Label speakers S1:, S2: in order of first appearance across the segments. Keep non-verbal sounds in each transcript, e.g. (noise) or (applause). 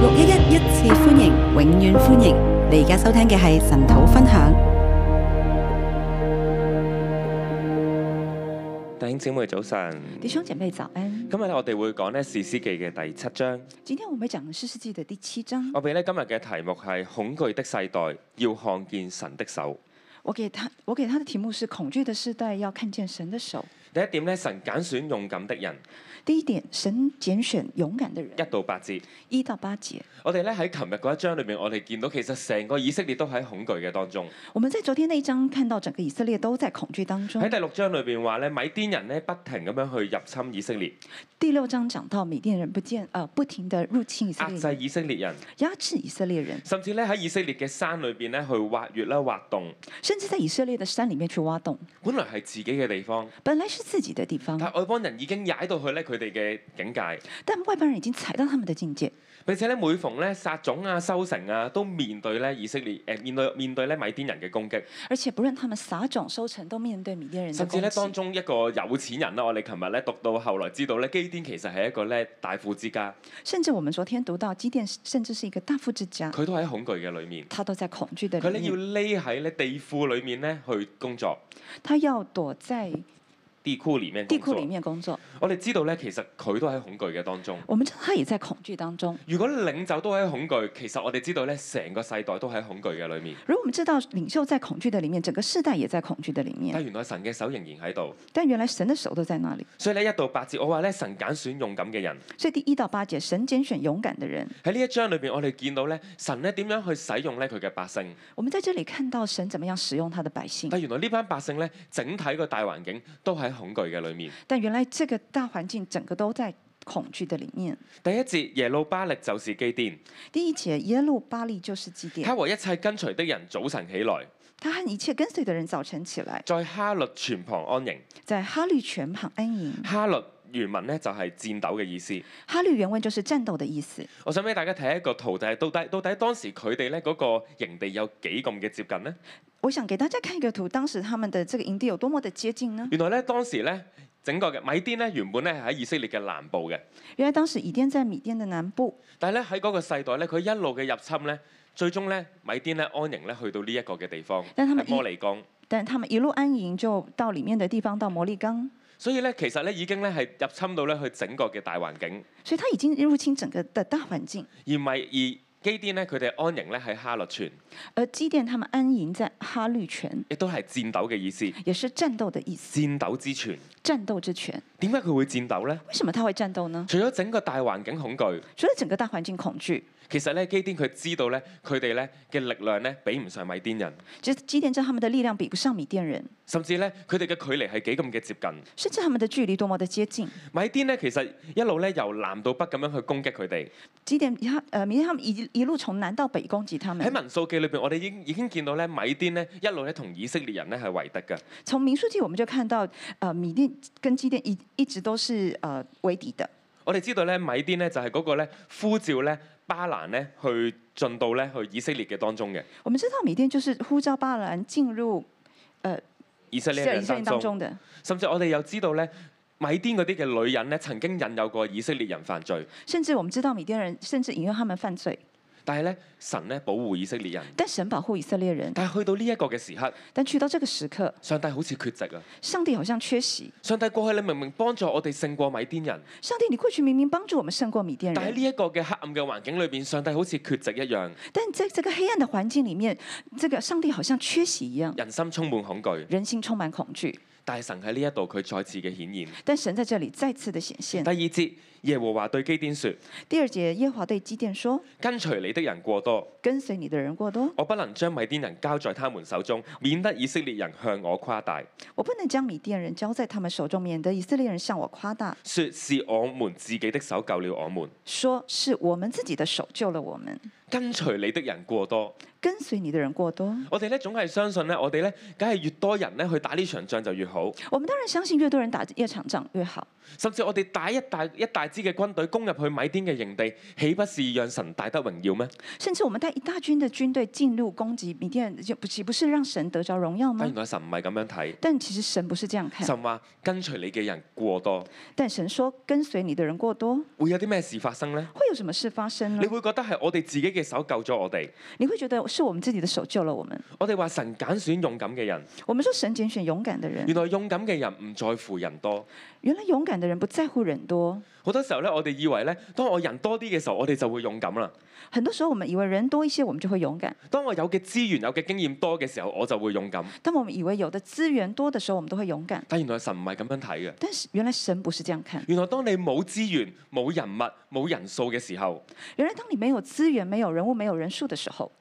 S1: 六一一一次歡迎，永遠歡迎！你而家收聽嘅係神土分享。
S2: 弟兄姊妹早晨，
S3: 弟兄姐妹早安，
S2: 今日咧我哋會講咧《士師記》嘅第七章，
S3: 今天我们講《士師記》的第七章，
S2: 我哋咧今日嘅題目係恐懼的世代，要看見神的手。
S3: 我給他我給他的題目是“恐懼的世代要看見神的手
S2: 第一點咧，神揀選勇敢的人，”。
S3: 第一點，神揀選勇敢的人
S2: 一，到八節。
S3: 一到八節。
S2: 我哋咧喺琴日嗰一章裏面，我哋見到其實成個以色列都喺恐懼嘅當中。
S3: 我們在昨天那一章看到整個以色列都在恐懼當
S2: 喺
S3: 中。
S2: 第六章裏面話咧，米甸人咧不停咁樣去入侵以色列，
S3: 第六章講到米甸人不見，呃，不停的入侵以色
S2: 壓
S3: 列
S2: 制
S3: 人，
S2: 以色列人，
S3: 壓制以色列人，
S2: 甚至咧喺以色列嘅山裏面咧去挖穴啦、挖洞。
S3: 甚至在以色列的山裡面去挖洞。
S2: 本來係自己嘅地方，
S3: 本來是自己的地方
S2: 但，係外邦人已經踩到去咧佢哋嘅境界。
S3: 但外邦人已經踩到他們的境界，
S2: 並且咧，每逢咧撒種啊、收成啊，都面對咧以色列誒、呃面對面對咧米甸人嘅攻擊，
S3: 而且不論他們撒種收成，都面對米甸人的
S2: 甚至
S3: 攻
S2: 咧當
S3: 擊。
S2: 中一個有錢人啦，啊我哋琴日咧讀到後來知道咧，基甸其實係一個咧大富之家，
S3: 甚至我們昨天讀到基甸，甚至是一個大富之家，
S2: 佢都喺恐懼嘅裡面，
S3: 他都在恐懼的
S2: 佢
S3: 裡
S2: 咧要
S3: 面，
S2: 匿喺咧地庫裡面咧去工作，
S3: 他要躲在
S2: 地庫裡面
S3: 地
S2: 工
S3: 庫裡
S2: 作。
S3: 面工作。
S2: 我哋知道咧，其實佢都喺恐懼嘅當中。
S3: 我們知道他也在恐懼當中。
S2: 如果領袖都喺恐懼，其實我哋知道咧，成個世代都喺恐懼嘅裡面。
S3: 如果我們知道領袖在恐懼的裡面，整個世代也在恐懼的裡面，
S2: 但原來神嘅手仍然喺度，
S3: 但原來神的手都在那裡。
S2: 所以咧一到八節，我話咧神揀選勇敢嘅人。
S3: 所以第一到八節，神揀選勇敢的人。
S2: 喺呢一章裏邊，我哋見到咧神咧點樣去使用咧佢嘅百姓，
S3: 我們在這裡看到神怎麼樣使用他的百姓，
S2: 但原來呢班百姓咧整體個大環境都喺恐懼嘅裏面。
S3: 但原來這個大環境整個都在恐懼的裡面。
S2: 第一節耶路巴力就是基甸，
S3: 第一節，耶路巴力就是基
S2: 他
S3: 甸，
S2: 和一切跟隨的人早晨起來，
S3: 他和一切跟隨的人早晨起來，
S2: 在哈律泉旁安營。
S3: 在哈律泉旁安營。
S2: 哈律原文咧就係戰鬥嘅意思。
S3: 哈律原文就是戰鬥的意思。
S2: 我想俾大家睇一個圖，就係到底到底當時佢哋咧嗰個營地有幾咁嘅接近呢？
S3: 我想給大家看一個圖，當時他們的這個營地有多麼的接近呢？
S2: 原來咧當時咧整個嘅米甸咧原本咧係喺以色列嘅南部嘅，
S3: 原來當時以甸在米甸的南部，
S2: 但係咧喺嗰個世代咧，佢一路嘅入侵咧，最終咧米甸咧安營咧去到呢一個嘅地方，
S3: 但係佢
S2: 喺
S3: 咪
S2: 摩利江。
S3: 但他們一路安營就到裡面的地方，到摩利冈，
S2: 所以咧，其實咧已經咧係入侵到咧佢整個嘅大環境，
S3: 所以他已經入侵整個的大環境。
S2: 而米而基甸咧佢哋安營咧喺哈律泉，
S3: 而基甸他們安營在哈律泉，
S2: 亦都係戰鬥嘅意思，
S3: 也是戰鬥的意思，
S2: 戰鬥之泉。
S3: 戰鬥之泉。
S2: 點解佢會戰鬥呢？
S3: 為什麼他會戰鬥呢？
S2: 除咗整個大環境恐懼，
S3: 除了整個大環境恐懼，
S2: 其實咧基甸佢知道咧佢哋咧嘅力量咧比唔上米甸人，
S3: 其實基甸知道他們的力量比不上米甸人，
S2: 甚至咧佢哋嘅距離係幾咁嘅接近。
S3: 甚至他們的距離多麼的接近。
S2: 米甸咧其實一路咧由南到北咁樣去攻擊佢哋。
S3: 基甸他呃米甸他們一一路從南到北攻擊他們
S2: 喺。民數記裏邊，我哋已經已經見到咧，米甸咧一路咧同以色列人咧係為敵嘅。
S3: 從民數記我們就看到，呃，米甸跟基甸一一直都是呃为敌的。
S2: 我哋知道咧，米甸咧就係嗰個咧呼召咧巴蘭咧去進到咧去以色列嘅當中嘅
S3: 我們知道米甸就是呼召巴蘭進入
S2: 以色列
S3: 以
S2: 人
S3: 色列當
S2: 當中，
S3: 中的，
S2: 甚至我哋又知道咧。米甸嗰啲嘅女人咧，曾經引誘過以色列人犯罪，
S3: 甚至我們知道米甸人甚至引誘他們犯罪，
S2: 但係咧神咧保護以色列人。
S3: 但神保護以色列人。
S2: 但係去到呢一個嘅時刻，
S3: 但去到這個時刻，
S2: 上帝好似缺席啊！
S3: 上帝好像缺席。
S2: 上帝過去你明明幫助我哋勝過米甸人，
S3: 上帝，你過去明明幫助我們勝過米甸
S2: 但喺
S3: 人，
S2: 呢一個嘅黑暗嘅環境裏邊，上帝好似缺席一樣，
S3: 但在這個黑暗的環境裡面，這個上帝好像缺席一樣，
S2: 人心充滿恐懼。
S3: 人心充滿恐懼。
S2: 但係神喺呢一度佢再次嘅顯現。
S3: 但神在這裡再次的顯現
S2: 第。二節，耶和華對基甸說：
S3: 第二節，耶和華對基甸說
S2: 跟隨你的人過多，：“
S3: 跟隨你的人過多，
S2: 我不能將米甸人交在他們手中，免得以色列人向我誇大，
S3: 我不能將米甸人交在他們手中，免得以色列人向我誇大，
S2: 說是我們自己的手救了我們。
S3: 說是我們自己的手救了我們。
S2: 跟隨你的人過多，
S3: 跟隨你的人過多，
S2: 我哋咧總係相信咧，我哋咧梗係越多人咧去打呢場仗就越好，
S3: 我們當然相信越多人打一場仗越好，
S2: 甚至我哋打一大一大支嘅軍隊攻入去米甸嘅營地，豈不是讓神大得榮耀咩？
S3: 甚至我们带一大军的军队进入攻击米甸人，就不岂不是让神得着荣耀
S2: 但
S3: 吗
S2: 原？來神唔係咁樣睇，
S3: 但其实神不是这样看，
S2: 神話跟隨你嘅人過多，
S3: 但神说跟随你的人过多，
S2: 會有啲咩事發生呢？
S3: 会有什么事发生呢
S2: 你？會覺得係我哋自己嘅手救咗我哋，
S3: 你会觉得是我们自己的手救了我们。
S2: 我哋話神揀選勇敢嘅人，
S3: 我们说神拣选勇敢的人
S2: 原，來勇敢嘅人唔在乎人多。
S3: 原来勇敢的人不在乎人多。
S2: 好多時候咧，我哋以為咧，當我人多啲嘅時候，我哋就會勇敢啦。
S3: 很多时候我们以为人多一些，我们就会勇敢；
S2: 當我有嘅資源、有嘅經驗多嘅時候，我就會勇敢。
S3: 当我们以为有的资源多的时候，我们都会勇敢。
S2: 但原來神唔係咁樣睇嘅。
S3: 但是原来神不是这样看。
S2: 原來當你冇資源、冇人物、冇人數嘅時候，
S3: 原来当你没有资源、没有人物、没有人数的时候，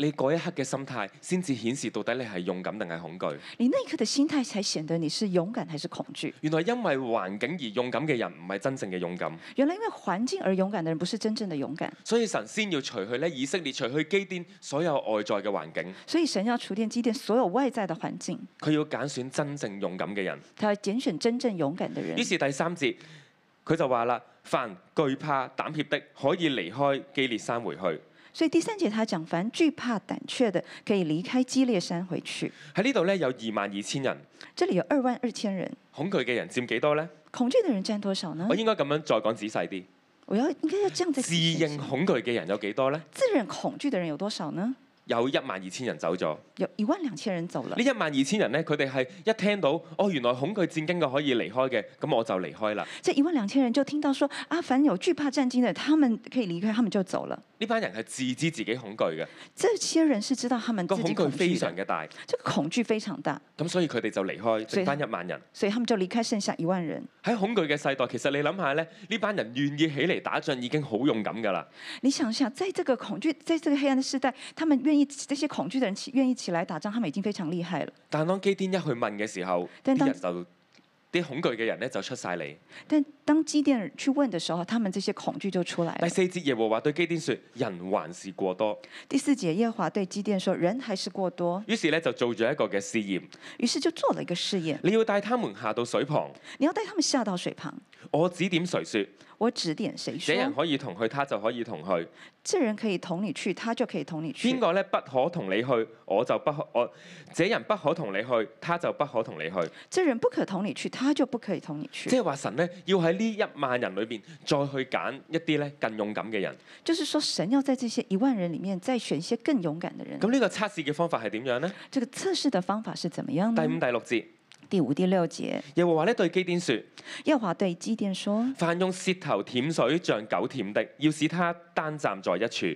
S2: 你嗰一刻嘅心態先至顯示到底你係勇敢定係恐懼。
S3: 你那一刻的心態才顯得你是勇敢還是恐懼。
S2: 原來因為環境而勇敢嘅人唔係真正嘅勇敢，
S3: 原来因为环境而勇敢的人，不是真正的勇敢。
S2: 所以神先要除去咧以色列、除去基甸所有外在嘅環境，
S3: 所以神要除掉基甸所有外在的环境，
S2: 佢要揀選真正勇敢嘅人。
S3: 他要拣选真正勇敢的人
S2: 於。是第三節佢就話啦：凡懼怕膽怯的，可以離開基列山回去。
S3: 所以第三节他讲，凡惧怕胆怯的，可以离开基列山回去。
S2: 喺呢度咧有二萬二千人，
S3: 这里有二万二千人，
S2: 恐懼嘅人佔幾多呢？
S3: 恐惧的人占多少呢
S2: 我？應該咁樣再講仔細啲。
S3: 我要应该要这样子
S2: 哎自認恐懼嘅人有幾多呢？
S3: 自认恐惧的人有多少呢？
S2: 有一萬二千人走咗。呢
S3: 有一万两千人走了。
S2: 一萬二千人呢，佢哋係一聽到哦，原來恐懼戰驚嘅可以離開嘅，咁我就離開啦。
S3: 这一万两千人就听到说啊，凡有惧怕战惊的，他们可以离开，他们就走了。
S2: 呢班人係自知自己恐懼嘅，
S3: 这些人是知道他们
S2: 個
S3: 自己
S2: 恐懼
S3: 恐
S2: 非
S3: 惧
S2: 常
S3: 的，
S2: 嘅大，
S3: 这个恐惧非常大，
S2: 咁所以佢哋就離開，
S3: 所
S2: 剩
S3: 以
S2: 翻一萬人。
S3: 所以他们就离开，剩下一万人。
S2: 喺恐懼嘅世代，其實你諗下呢，呢班人願意起嚟打仗已經好勇敢㗎啦。
S3: 你想一下，在这个恐惧，在这个黑暗的时代，他们愿意这些恐惧的人起愿意起来打仗，他们已经非常厉害了。
S2: 但當基甸一去問嘅時候，
S3: 但
S2: 啲
S3: 當
S2: 人就啲恐懼嘅人咧就出晒嚟。
S3: 但当基甸人去问的时候，他们这些恐惧就出来
S2: 第
S3: 了。
S2: 四節耶和華對基甸說：人還是過多。
S3: 第四节，耶和华对基甸说：“人还是过多。
S2: 於是咧就做咗一個嘅試驗，”
S3: 于是就做了一个试验，
S2: 你要帶他們下到水旁，
S3: 你要带他们下到水旁，
S2: 我指點誰說，
S3: 我指点谁
S2: 這人
S3: 说，
S2: 可以同去，他就可以同去。
S3: 这人可以同你去，他就可以同你去
S2: 邊。個咧不可同你去，我就不可我。這人不可同你去，他就不可同你去。
S3: 这人不可同你去，他就不可以同你
S2: 即
S3: 去。
S2: 係話神咧要喺呢一萬人裏邊再去揀一啲咧更勇敢嘅人。
S3: 就是说，神要在这些一万人里面再选一些更勇敢的人。
S2: 咁呢個測試嘅方法係點樣呢？
S3: 这个测试的方法是怎么样
S2: 第
S3: 呢？
S2: 五、第六節，
S3: 第五、第六节，
S2: 耶和華咧對基甸說。
S3: 耶和华对基甸说
S2: 凡用舌頭舔水像狗舔的，要使他單站在一處；：“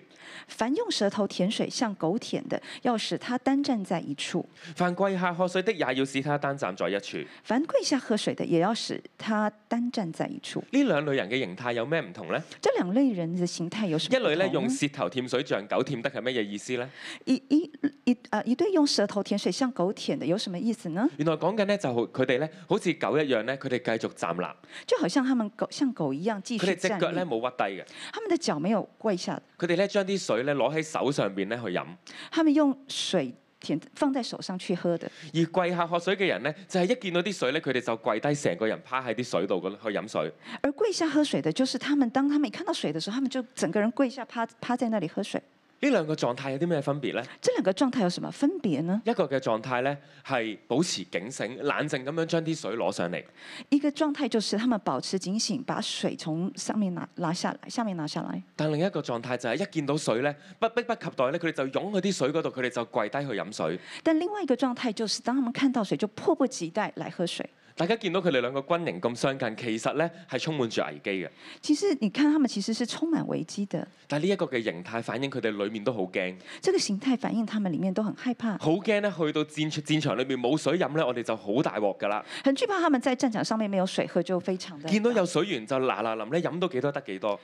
S3: 凡用舌头舔水像狗舔的，要使他单站在一处；
S2: 凡跪下喝水的，也要使他單站在一處。
S3: 凡跪下喝水的，也要使他单站在一处。
S2: 呢兩類人嘅形態有咩唔同呢？”
S3: 这两类人的形态有什
S2: 一
S3: 么不
S2: 類咧
S3: 同
S2: 用
S3: 呢？
S2: 舌頭舔水像狗舔的係乜嘢意思呢？
S3: 一一一啊，一对用舌头舔水像狗舔的有什么意思呢？
S2: 原來講緊呢，就係佢哋咧好似狗一樣咧，佢哋繼續站立，
S3: 就好像他们狗像狗一样继
S2: 佢哋
S3: 续
S2: 只
S3: 站
S2: 腳咧
S3: 立，
S2: 冇屈低嘅，
S3: 他们的脚没有跪下，
S2: 佢哋咧將啲水咧攞喺手上邊咧去飲。 (laughs)
S3: 他们用水舔放在手上去喝的。
S2: 而跪下喝水嘅人呢，就係、一見到啲水咧，佢哋就跪低，成個人趴喺啲水度咁去飲水。
S3: 而跪下喝水的，就是他们当他们一看到水的时候，他们就整个人跪下趴趴在那里喝水。
S2: 呢兩個狀態有啲咩分別呢？
S3: 这两个状态有什么分别呢？
S2: 一個嘅狀態咧係保持警醒、冷靜咁樣將啲水攞上嚟；
S3: 一个状态就是他们保持警醒，把水从上面拿拿下来，下面拿下来。
S2: 但另一個狀態就係一見到水咧，不迫不及待咧，佢哋就湧去啲水嗰度，佢哋就跪低去飲水。
S3: 但另外一个状态就是，当他们看到水，就迫不及待来喝水。
S2: 大家見到佢哋兩個軍營咁相近，其實咧係充滿住危機嘅。
S3: 其实你看，他们其实是充满危机的。
S2: 但係呢一個嘅形態反映佢哋裡面都好驚，
S3: 这个形态反映他们里面都很害怕，
S2: 好驚咧去到戰戰場裏面冇水飲咧，我哋就好大鑊㗎啦。
S3: 很惧怕他们在战场上面没有水喝，就非常的
S2: 見到有水源就嗱嗱臨咧飲到幾多得幾多，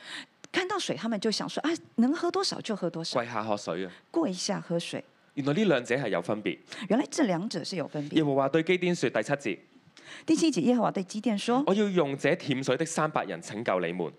S3: 看到水，他们就想说啊，能喝多少就喝多少，
S2: 跪下喝水啊！
S3: 跪下喝水。
S2: 原來呢兩者係有分別。
S3: 原来这两者是有分别
S2: 耶。和華對基甸説第七節：
S3: 第七节，耶和华对基甸说
S2: 我要用這舔水的三百人拯救你們。：“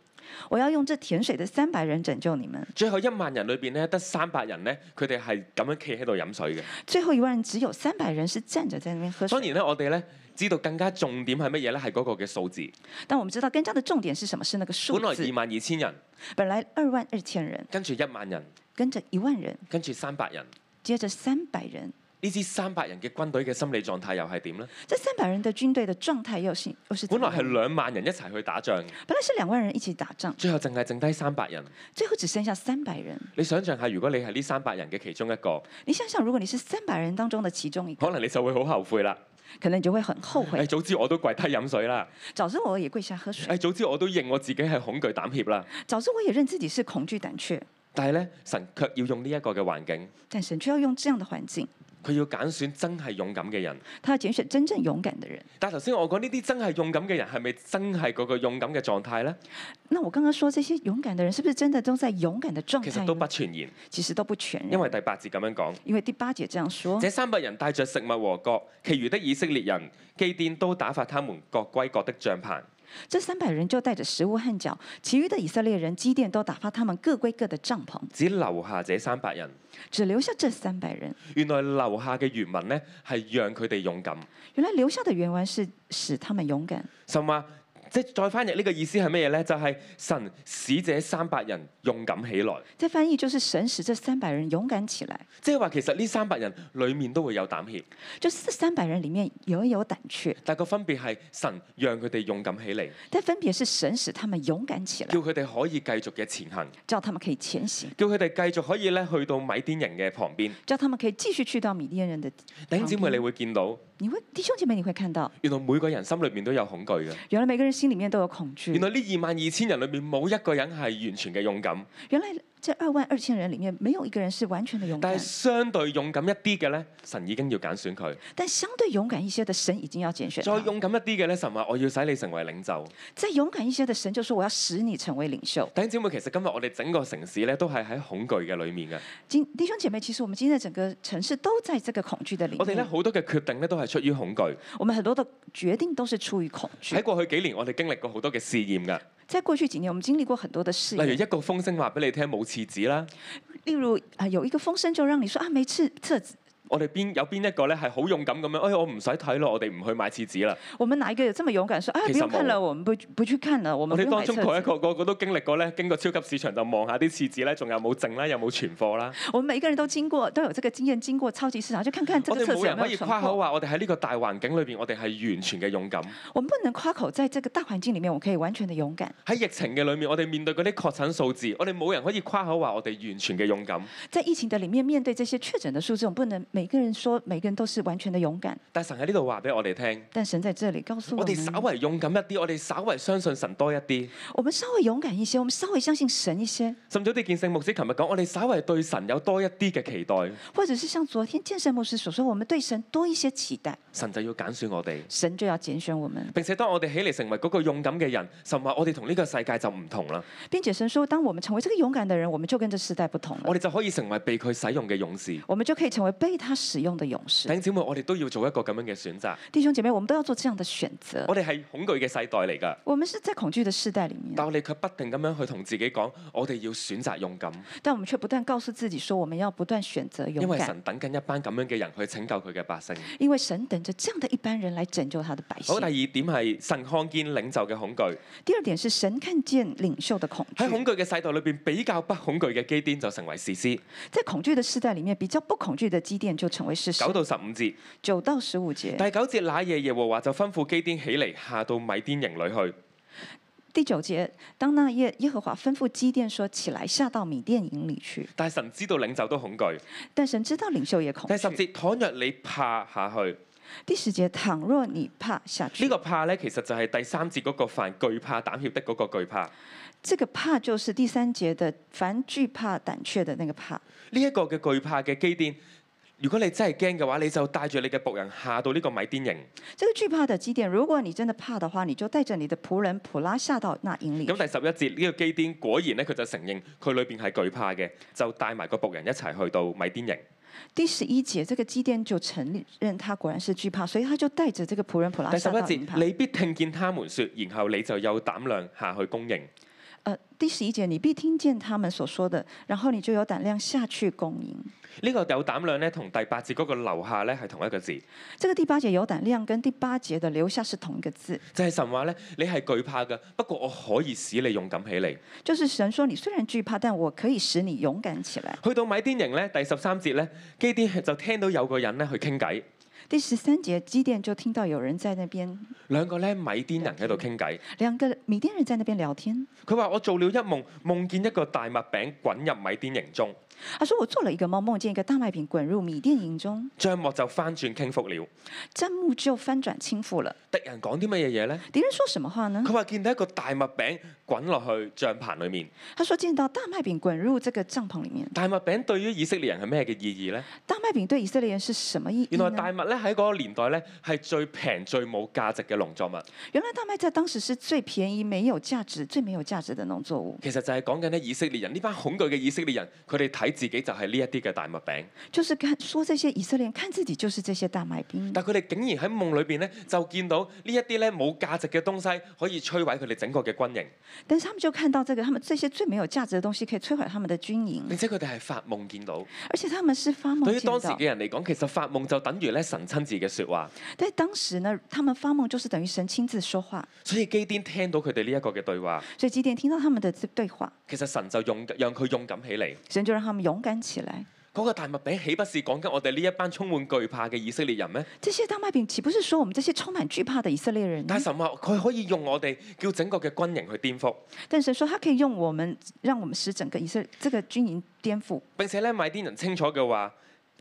S3: 我要用这甜水的三百人拯救你们。
S2: 最後一萬人裏邊咧，得三百人咧，佢哋係咁樣企喺度飲水嘅。”
S3: 最后一万人只有三百人是站着在那边喝
S2: 當
S3: 水。
S2: 然咧，我哋咧知道更加重點係乜嘢咧？係嗰個嘅數字，
S3: 但我们知道更加的重点是什么？是那个数
S2: 本來
S3: 字
S2: 二。萬二千人，
S3: 本来二万二千人，
S2: 跟住一萬人，
S3: 跟着一万人，
S2: 跟住三百人。
S3: 接着三百人。
S2: 呢支三百人嘅軍隊嘅心理狀態又係點呢？
S3: 这三百人的军隊的狀態又是又是怎
S2: 本
S3: 么
S2: 來
S3: 樣？
S2: 係兩萬人一齊去打仗，
S3: 本來是兩萬人一起打仗，
S2: 最後淨係剩低三百人。
S3: 最後只剩下三百人。
S2: 你想象下，如果你係呢三百人嘅其中一個，
S3: 你想想，如果你是三百人當中的其中一個，
S2: 可能你就會好後悔啦。
S3: 可能你就會很後
S2: 誒、
S3: 悔。
S2: 早知我都跪低飲水啦。
S3: 早知我也跪下喝
S2: 誒、
S3: 水，
S2: 早知我都認我自己係恐懼膽怯啦。
S3: 早知我也認自己是恐懼膽怯，
S2: 但係咧，神卻要用呢一個嘅環境，
S3: 但神卻要用這樣的環境，
S2: 佢要揀選真係勇敢嘅人。
S3: 他要揀選真正勇敢的人。
S2: 但係頭先我講呢啲真係勇敢嘅人，係咪真係嗰個勇敢嘅狀態呢？
S3: 那我剛剛說這些勇敢的人，是不是真的都在勇敢的狀
S2: 其實都
S3: 態嗯
S2: 不
S3: 呢？
S2: 全然，
S3: 其實都不全
S2: 因
S3: 然，
S2: 為第八節咁樣講。
S3: 因為第八節這樣說，
S2: 這三百人帶着食物和角，其餘的以色列人基甸都打發他們各歸各的帳棚。
S3: 這三百人就帶着食物和腳，其餘的以色列人基甸都打發他們各歸各的帳篷，
S2: 只留下這三百人。
S3: 只留下這三百人。
S2: 原來留下嘅原文呢，係讓佢哋勇敢。
S3: 原來留下的原文是使他們勇敢。
S2: 神話即係再翻譯呢個意思係乜嘢呢？就係、神使這三百人勇敢起來，
S3: 再翻譯就是神使這三百人勇敢起來，
S2: 即係話其實呢三百人裡面都會有膽怯，
S3: 就是這三百人裡面也有膽怯，
S2: 但個分別係神讓佢哋勇敢起嚟，
S3: 但分別是神使他們勇敢起來
S2: 叫，佢哋可以繼續嘅前行，
S3: 叫他們可以前行，
S2: 叫佢哋繼續可以咧去到米甸人嘅旁邊。
S3: 叫他們可以繼續去到米甸人的。
S2: 弟兄姊妹，你會見到
S3: 你會弟兄姐妹，你會看到，
S2: 原來每個人心裏面都有恐懼嘅。
S3: 原來每個人心裡面都有恐懼
S2: 原。來呢二萬二千人裏面冇一個人係完全嘅勇敢，
S3: 原來這二萬二千人裡面沒有一個人是完全的勇
S2: 但係
S3: 敢，
S2: 相對勇敢一啲嘅呢，神已經要揀選佢；
S3: 但相對勇敢一些的神已經要揀選他
S2: 再勇敢一啲嘅呢，神話我要使你成為領袖。
S3: 再勇敢一些的神就說：“我要使你成為領袖。
S2: 弟兄姊妹，其實今日我哋整個城市呢，都係喺恐懼嘅裏面嘅，
S3: 今”弟兄姐妹，其實我們今天整個城市都在這個恐懼的
S2: 我
S3: 裡
S2: 哋呢，
S3: 面。
S2: 好多嘅決定呢，都係出於恐懼。
S3: 我們很多的決定都是出於恐懼
S2: 喺。過去幾年，我哋經歷過好多嘅試驗㗎，
S3: 在過去幾年，我們經歷過很多的事
S2: 例如
S3: 例
S2: 一個風聲話俾你聽冇廁紙啦，
S3: 例如啊、有一個風聲就讓你說啊，沒廁廁紙。
S2: 我哋邊有邊一個呢係好勇敢咁樣，哎我唔使睇咯，我哋唔去買廁紙啦。
S3: 我們哪一個有這麼勇敢說啊，
S2: 其
S3: 不
S2: 實
S3: 用看
S2: 冇
S3: 了，我們不不去看了，我
S2: 我
S3: 們
S2: 哋
S3: 不用
S2: 當
S3: 買
S2: 中
S3: 廁
S2: 個一
S3: 紙。
S2: 個個個都經歷過呢，經過超級市場就望下啲廁紙呢，仲有冇剩啦，有冇存貨啦。
S3: 我們每一個人都經過，都有這個經驗，經過超級市場就看看這
S2: 我哋
S3: 個廁
S2: 冇
S3: 紙有
S2: 人可
S3: 沒有
S2: 以
S3: 存
S2: 誇口
S3: 貨。
S2: 話，我哋喺呢個大環境裏邊，我哋係完全嘅勇敢。
S3: 我們不能誇口，在這個大環境裡面，我們可以完全的勇敢。
S2: 喺疫情嘅裏面，我哋面對嗰啲確診數字，我哋冇人可以誇口話，我哋完全嘅勇敢。
S3: 在疫情的裡面，面對這些確診的數字，我們不能每個人說每個人都是完全的勇敢。
S2: 但神喺呢度話俾我哋聽，
S3: 但神在這裡告訴我
S2: 我哋稍
S3: 們，
S2: 為勇敢一啲，我哋稍為相信神多一啲。
S3: 我們稍微勇敢一些，我們稍微相信神一些，
S2: 甚至啲見聖牧師琴日講，我哋稍為對神有多一啲嘅期待，
S3: 或者是像昨天健身牧師所說，我們對神多一些期待，
S2: 神就要揀選我哋。
S3: 神就要揀選我們，
S2: 並且當我哋起嚟成為嗰個勇敢嘅人，神話我哋同呢個世界就唔同啦，
S3: 並且神說，當我們成為這個勇敢的人，我們就跟這世代不同
S2: 我
S3: 了，
S2: 哋就可以成為被佢使用嘅勇士。
S3: 我們就可以成為被他使用的勇
S2: 弟
S3: 士。
S2: 兄姊妹，我哋都要做一個咁樣嘅選擇。
S3: 弟兄姐妹，我們都要做這樣的選擇
S2: 我。哋係恐懼嘅世代嚟㗎。
S3: 我們是在恐懼的世代裡面，
S2: 但我哋卻不定咁樣去同自己講，我哋要選擇勇敢，
S3: 但我們卻不斷告訴自己說，我們要不斷選擇
S2: 因
S3: 勇
S2: 為
S3: 敢，
S2: 神等緊一班咁樣嘅人去拯救佢嘅百姓。
S3: 因為神等着這樣的一般人來拯救他的百姓
S2: 好，第。二點係神看見領袖嘅恐懼。
S3: 第二點是神看見領袖的恐
S2: 喺恐懼
S3: 懼，
S2: 嘅世代裏邊，比較不恐懼嘅基甸就成為士師。
S3: 在恐懼的世代裡面，比較不恐懼的基甸就成為事
S2: 九
S3: 實。
S2: 到十五節，
S3: 九到十五節，
S2: 第九節那夜耶和華就吩咐基甸起嚟，下到米甸營裏去。
S3: 第九節，當那夜耶和華吩咐基甸說：“起來，下到米甸營裡去。
S2: 但係神知道領袖都恐懼。”
S3: 但神知道領袖也恐
S2: 第十
S3: 懼。
S2: 節，倘若你怕下去，
S3: 第十節，倘若你怕下去，
S2: 呢、個怕呢，其實就係第三節嗰個犯懼怕膽怯的嗰個懼怕。呢、
S3: 這個怕就是第三節的凡懼怕膽怯的那個怕。
S2: 一個嘅懼怕嘅基甸，如果你真係驚嘅話，你就帶住你嘅僕人下到呢個米甸營。
S3: 這個懼怕的基甸，如果你真的怕的話，你就帶着你的僕人普拉下到那營裡
S2: 咁
S3: 去。
S2: 第十一節呢、個基甸果然咧，佢就承認佢裏邊係懼怕嘅，就帶埋個仆人一齊去到米甸營。
S3: 第十一節，這個基甸就承認他果然是懼怕，所以他就帶着這個僕人普拉
S2: 第十
S3: 下
S2: 一
S3: 到營
S2: 節，
S3: 旁。
S2: 你必聽見他們說，然後你就有膽量下去供應。
S3: 呃，第十一节，你必听见他们所说的，然后你就有胆量下去攻营。
S2: 呢、個有膽量咧，同第八節嗰個留下咧係同一個字，
S3: 这个第八节有胆量跟第八节的留下是同一个字，
S2: 就係、神話咧，你係懼怕嘅，不過我可以使你勇敢起嚟。
S3: 就是神说你虽然惧怕，但我可以使你勇敢起来。
S2: 去到米甸營咧，第十三節咧，基甸就聽到有個人咧去傾偈，
S3: 第十三节，基甸就听到有人在那边，
S2: 兩個咧米甸人喺度傾偈。
S3: 两个米甸人在那边聊天。
S2: 佢話：我做了一夢，夢見一個大麥餅滾入米甸營中，
S3: 他说：“我做了一个梦，梦见一个大麦饼滚入米甸营中，
S2: 帳幕就翻轉傾覆了。
S3: 战幕就翻转倾覆了。
S2: 敵人講啲乜嘢嘢呢？
S3: 敌人说什么话呢
S2: 佢？話見到一個大麥餅滾落去帳棚裏面。
S3: 他说：见到大麥餅滾入這個帳篷裡面。
S2: 大麥餅對於以色列人係咩嘅意義呢？
S3: 大麥餅對以色列人是什麼意義
S2: 原來
S3: 呢？
S2: 大麥咧喺嗰個年代咧係最平最冇價值嘅農作物，
S3: 原來大麥在當時是最便宜、沒有價值、最沒有價值的農作物，
S2: 其實就係講緊咧以色列人呢班恐懼嘅以色列人，佢哋睇自己就係呢一啲嘅大麥餅，
S3: 就是看說這些以色列人看自己就是這些大麥冰。
S2: 但佢哋竟然喺夢裏邊咧就見到呢一啲咧冇價值嘅東西可以摧毀佢哋整個嘅軍營，
S3: 但是他們就看到這個，他們這些最沒有價值的東西可以摧毀他們的軍營
S2: 並，且佢哋係發夢見到。
S3: 而且他們是發夢
S2: 對於
S3: 見
S2: 當時
S3: 到
S2: 嘅。人嚟講，其實發夢就等於咧神親自嘅説話，
S3: 在當時呢，他們發夢就是等於神親自說話，
S2: 所以基甸聽到佢哋呢一個嘅對話，
S3: 所以基甸聽到他們的這對話，
S2: 其實神就勇讓佢勇敢起嚟。
S3: 神就讓他們勇敢起來。
S2: 嗰、個大麥餅豈不是講緊我哋呢一班充滿懼怕嘅以色列人咩？
S3: 這些大麥餅豈不是說我們這些充滿懼怕的以色列人呢？
S2: 但係神話佢可以用我哋叫整個嘅軍營去顛覆。
S3: 但神說他可以用我們，讓我們使整個以色列這個軍營顛覆。
S2: 並且咧，米甸人清楚嘅話，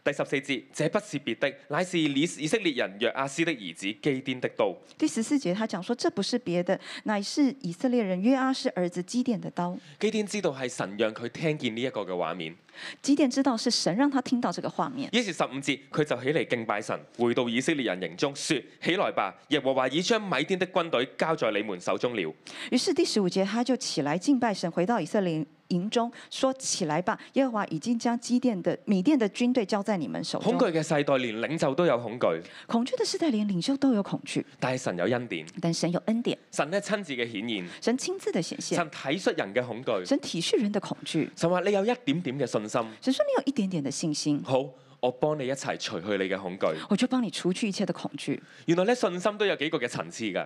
S2: 第十四節，這不是別的，乃是以以色列人約阿斯的兒子基甸的刀。
S3: 第十四節他講說，這不是別的，乃是以色列人約阿施兒子基甸的刀。
S2: 基甸知道係神讓佢聽見呢一個嘅畫面，
S3: 基甸知道是神讓他聽到這個畫面，
S2: 於是十五節佢就起嚟敬拜神，回到以色列人營中，說：起來吧，耶和華已將米甸的軍隊交在你們手中了。
S3: 於是第十五節他就起來敬拜神，回到以色列營中，說：起來吧，耶和華已經將基甸的米甸的軍隊交在你們手中
S2: 恐。懼嘅世代，連領袖都有恐懼，
S3: 恐懼的世代，連領袖都有恐懼，
S2: 但係神有恩典，
S3: 但神有恩典，
S2: 神咧親自嘅顯現，
S3: 神親自的顯現，
S2: 神體恤人嘅恐懼，
S3: 神體恤人的恐懼。
S2: 神話你有一點點嘅信心，
S3: 神說：你有一點點的信心，
S2: 好，我幫你一齊除去你嘅恐懼。
S3: 我就幫你除去一切的恐懼。
S2: 原來咧信心都有幾個嘅層次㗎。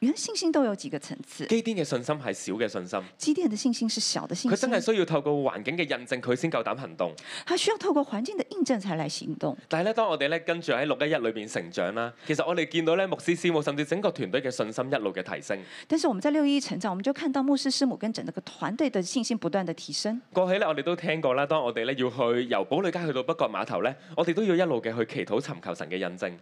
S3: 原來信心都有幾個層次。
S2: 基甸嘅信心係小嘅信心，
S3: 基甸的信心是小的信
S2: 佢
S3: 心
S2: 真，係需要透過環境嘅印證，佢先夠膽行動。
S3: 他需要透過環境的印證才來行動。
S2: 但係咧，當我哋咧跟住喺六一一裏邊成長啦，其實我哋見到咧牧師師母甚至整個團隊嘅信心一路嘅提升。
S3: 但是我們在六一一成長，我們就看到牧師師母跟整個團隊的信心不斷的提升。
S2: 過去咧，我哋都聽過啦。當我哋咧要去由堡壘街去到北角碼頭咧，我哋都要一路嘅去祈禱尋求神嘅印證，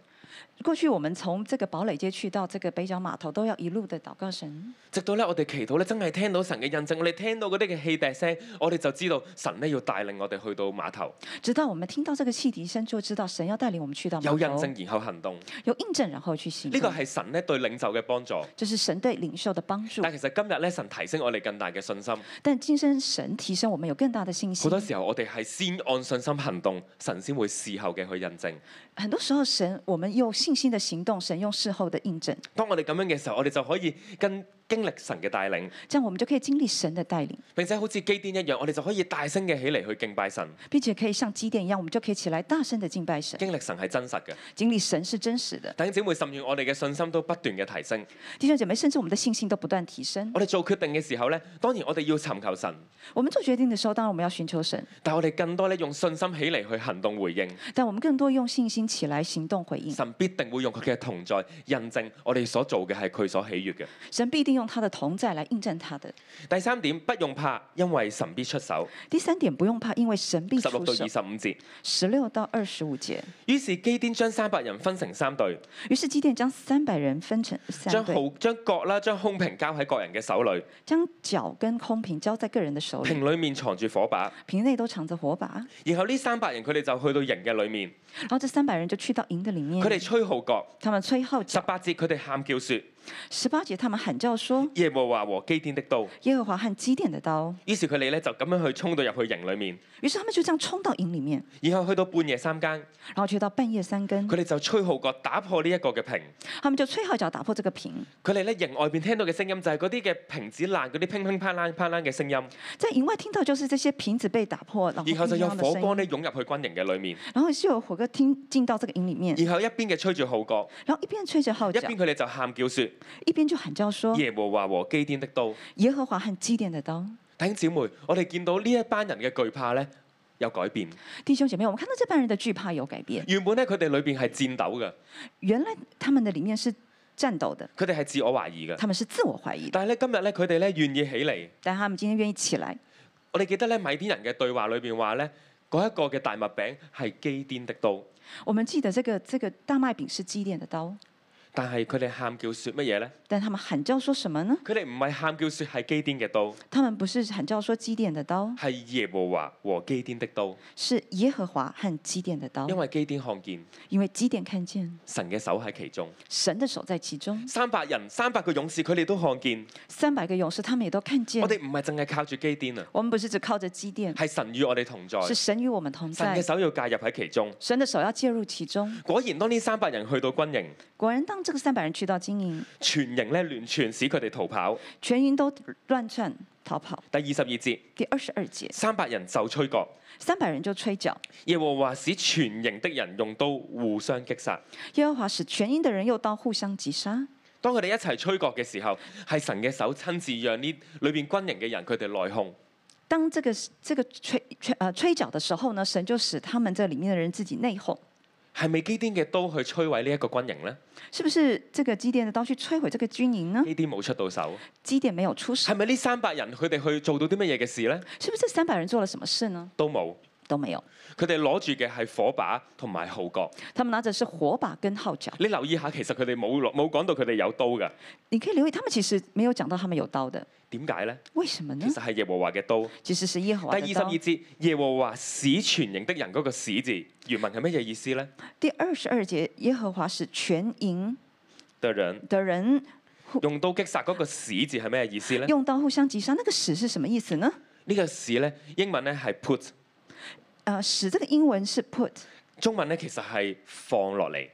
S3: 過去我們從這個堡壘街去到這個北角碼頭，都要一路的禱告神，
S2: 直到咧我哋祈禱咧真係聽到神嘅印證，我哋聽到嗰啲嘅汽笛聲，我哋就知道神咧要帶領我哋去到碼頭，
S3: 直到我們聽到這個汽笛聲，就知道神要帶領我們去到碼
S2: 有
S3: 頭
S2: 印證然後行動。呢
S3: 有印證，然後去行動。
S2: 個係神咧對領袖嘅幫助。
S3: 這是神對領袖的幫助
S2: 但，其實今日咧，神提升我哋更大嘅信心。
S3: 但今生神提升我們有更大的信
S2: 好
S3: 心
S2: 多。時候我哋係先按信心行動，神先會事後嘅去印證。
S3: 很多時候神，我們用信心的行動，神用事後的印證，
S2: 當我哋咁樣嘅時候，我哋就可以跟經歷神嘅帶領，
S3: 這樣我們就可以經歷神的帶領。
S2: 並且好似基甸一樣，我哋就可以大聲嘅起嚟去敬拜神，
S3: 并且可以像基甸一樣，我們就可以起來大聲的敬拜神，
S2: 經歷神係真實嘅。
S3: 经历神是真實的。
S2: 弟兄姊妹，甚願我哋嘅信心都不斷嘅提升。
S3: 弟兄姐妹，甚至我們的信心都不斷提升。
S2: 我哋做決定嘅時候咧，當然我哋要尋求神，
S3: 我們做決定的時候，當然我們要尋求神，
S2: 但我哋更多咧用信心起嚟去行動回應。
S3: 但我們更多用信心起來行動回應。
S2: 神必定會用佢嘅同在印證我哋所做嘅係佢所喜悅嘅。
S3: 神必定用他的同在來印證他的。
S2: 第三點，不用怕，因為神必出手。
S3: 第三點，不用怕，因為神必
S2: 十六
S3: 出
S2: 到
S3: 手
S2: 二。十五節。
S3: 十六到二十五節，
S2: 於是基甸將三百人分成三隊，
S3: 於是基甸將三百人分成
S2: 將
S3: 三隊，
S2: 號將角啦，將空瓶交喺各人嘅手裏，
S3: 將腳跟空瓶交在個人的手裡，
S2: 瓶裏面藏住火把。
S3: 瓶內都藏着火把。
S2: 然後呢三百人佢哋就去到營嘅裏面，
S3: 然後這三百人就去到營的裡面
S2: 佢，哋吹號角。
S3: 他們吹號角
S2: 十。八節佢哋喊叫説：
S3: 十八节他们喊叫说
S2: 耶和華和基甸的刀。：“
S3: 耶和华和基甸的刀。
S2: 於是佢哋咧就咁樣去衝到入去營裏面，”
S3: 于是他们就这样冲到营里面，
S2: 然後去到半夜三更，
S3: 然后就到半夜三更
S2: 佢，哋就吹號角打破呢一個嘅瓶。
S3: 他们就吹号角打破这个瓶。
S2: 佢哋咧營外邊聽到嘅聲音就係嗰啲嘅瓶子爛，嗰啲乒乒乓啷乓啷嘅聲音，
S3: 在营外听到就是这些瓶子被打破，然后
S2: 然後就有
S3: 乒乓的
S2: 火
S3: 声
S2: 光
S3: 音，
S2: 咧湧入去軍營嘅裏面，
S3: 然后就有火哥听进到这个营里面，
S2: 然後一邊嘅吹住號角，
S3: 然后一边吹着号
S2: 一
S3: 角，
S2: 邊佢哋就喊叫說：
S3: 一边就喊叫说
S2: 耶和華和基甸的刀。：“
S3: 耶和华和基甸的刀。”
S2: 弟兄姊妹，我哋見到呢一班人嘅懼怕咧有改變。
S3: 弟兄姐妹，我们看到这帮人的惧怕有改变，
S2: 原本咧佢哋裏邊係戰鬥嘅，
S3: 原来他们的里面是战斗的，
S2: 佢哋係自我懷疑嘅。
S3: 他们是自我怀疑的，
S2: 但係咧今日咧佢哋咧願意起嚟。
S3: 但他们今天愿意起来。
S2: 我哋記得咧米甸人嘅對話裏邊話咧，嗰一個嘅大麥餅係基甸的刀，
S3: 我們记得这个这个大麦饼是基甸的刀，
S2: 但係佢哋喊叫説乜嘢咧？
S3: 但他们喊叫说什么呢？
S2: 佢哋唔係喊叫説係基甸嘅刀，
S3: 他们不是喊叫说基甸的刀，
S2: 係耶和華和基甸的刀，
S3: 是耶和华和基甸的刀
S2: 因，為基甸看見
S3: 因为基甸看见
S2: 神嘅手喺其中。
S3: 神的手在其中。
S2: 三百人、三百個勇士，佢哋都看見。
S3: 三百个勇士他们也都看见
S2: 我，哋唔係淨係靠住基甸啊，
S3: 我们不是只靠着基甸，
S2: 係神與我哋同在，
S3: 是神与我们同
S2: 神嘅
S3: 在，
S2: 哦手要介入喺其中。
S3: 神的手要介入其中。
S2: 果然，當呢三百人去到軍營，
S3: 果然，当这个三百人去到金营，
S2: 全營咧亂傳，使佢哋逃跑。
S3: 全营都乱窜逃跑。
S2: 第二十二節，
S3: 第二十二节，
S2: 三百人就吹角。
S3: 三百人就吹角，
S2: 耶和華使全營的人用刀互相擊殺。
S3: 耶和华使全营的人又到互相击杀。
S2: 當佢哋一齊吹角嘅時候，係神嘅手親自讓呢裏邊軍營嘅人佢哋內訌。
S3: 当这个这个吹吹呃吹角的时候呢，神就使他们这里面的人自己内讧，
S2: 係咪基甸嘅刀去摧毀呢一個軍營呢？
S3: 是不是这个基甸的刀去摧毁这个军营呢？
S2: 基甸冇出到手，
S3: 基甸没有出手
S2: 係，咪呢三百人佢哋去做到啲乜嘢嘅事呢？
S3: 是不是这三百人做了什么事呢？
S2: 都冇，
S3: 都没有，
S2: 佢哋攞住嘅係火把同埋號角。
S3: 他们拿着是火把跟号角。
S2: 你留意下，其實佢哋冇落冇講到佢哋有刀㗎。
S3: 你可以留意，他们其实没有讲到他们有刀的，
S2: 點解呢？
S3: 为什么
S2: 其
S3: 呢？
S2: 實係耶和華嘅刀。
S3: 其实是耶和
S2: 第二十
S3: 华的嗯刀
S2: 二。節，耶和華使全營的人嗰個使字，原文係乜嘢意思呢？
S3: 第二十二节，耶和华使全营
S2: 的人
S3: 的人
S2: 用刀擊殺嗰個使字係咩意思呢？
S3: 用刀互相击杀。那个使是什么意思呢？
S2: 呢個使呢，英文呢係 put，
S3: 呃，使这个英文是 put，
S2: 中文呢其實係放落嚟，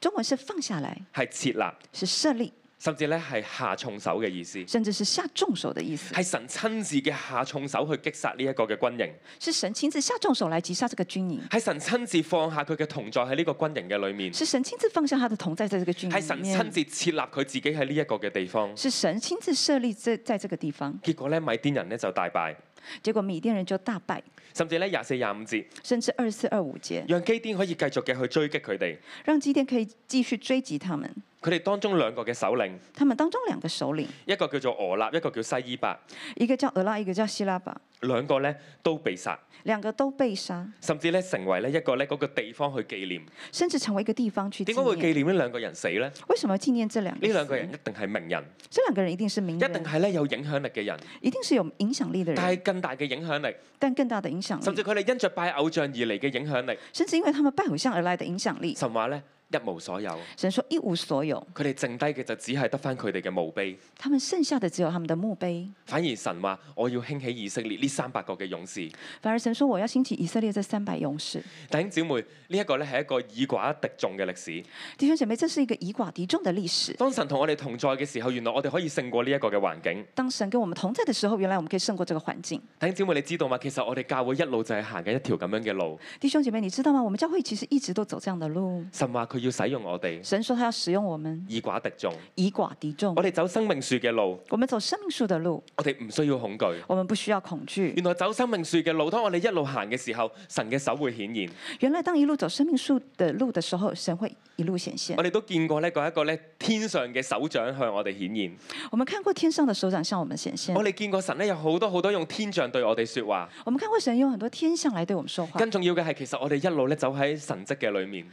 S3: 中文是放下来，
S2: 係設立，
S3: 是设立，
S2: 甚至呢係下重手嘅意思。
S3: 甚至是下重手的意思，
S2: 係神親自嘅下重手去擊殺呢一個嘅軍營，
S3: 是神亲自下重手来击杀这个军营，
S2: 係神親自放下佢嘅同在喺呢個軍營嘅裏面，
S3: 是神亲自放下他的同在在这个军营
S2: 係
S3: 里
S2: 神
S3: 面
S2: 親自設立佢自己喺呢一個嘅地方。
S3: 是神亲自设立这在这个地方。
S2: 結果呢，米甸人呢就大敗，
S3: 结果米甸人就大败，
S2: 甚至呢廿四廿五節，
S3: 甚至二四二五节，
S2: 讓基甸可以繼續嘅去追擊佢哋。
S3: 让基甸可以继续追击他们。
S2: 佢哋當中兩個嘅首領，
S3: 他们当中两个首领，
S2: 一個叫做俄立，一個叫西伊伯，
S3: 一个叫俄拉，一个叫希拉巴，
S2: 兩個呢都被殺。
S3: 两个都被杀，
S2: 甚至咧成為咧一個咧嗰個地方去紀念。
S3: 甚至成为一个地方去纪
S2: 點解會紀
S3: 念。
S2: 念呢兩個人死咧？呢
S3: 为什么要纪念这两个？
S2: 兩個人一，定係名人，
S3: 这两个人一定是名
S2: 一
S3: 人，
S2: 定係咧有影響力嘅人，
S3: 一定是有影响力的
S2: 但
S3: 人，
S2: 係更大嘅影響力，
S3: 但更大的影响
S2: 甚至
S3: 力，
S2: 佢哋因着拜偶像而嚟嘅影響力。
S3: 甚至因为他们拜偶像而来的影响力。
S2: 神話咧一無所有，
S3: 神说一无所有，
S2: 佢哋剩低嘅就只係得翻佢哋嘅墓碑。
S3: 他们剩下的只有他们的墓碑。
S2: 反而神話我要興起以色列呢三百個嘅勇士。
S3: 反而神说我要兴起以色列这三百勇士。
S2: 弟兄姊妹，呢一個咧係一個以寡敵眾嘅歷史。
S3: 弟兄姐妹，这是一个以寡敌众的历史。
S2: 當神同我哋同在嘅時候，原來我哋可以勝過呢一個嘅環境。
S3: 当神跟我们同在的时候，原来我们可以胜过这个环境。
S2: 弟兄姊妹，你知道嗎？其實我哋教會一路就係行緊一條咁樣嘅路。
S3: 弟兄姐妹，你知道吗？我们教会其实一直都走这样的路。
S2: 神話佢要使用我哋，
S3: 神说他要使用我们，
S2: 以寡敵眾。
S3: 以寡敌众
S2: 我。哋走生命樹嘅路，
S3: 我们走生命树的路，
S2: 我哋唔需要恐懼。
S3: 我们不需要恐惧。
S2: 原來走生命樹嘅路，當我哋一路行嘅時候，神嘅手會顯現。
S3: 原来当一路走生命树的路的时候，神会一路显现
S2: 我。哋都見過呢嗰一個咧天上嘅手掌向我哋顯現。
S3: 我们看过天上的手掌向我们显现
S2: 我，哋見過神咧有好多好多用天象對我哋說話。
S3: 我们看过神用很多天象来对我们说话。
S2: 更重要嘅係，其實我哋一路咧走喺神蹟嘅裏面。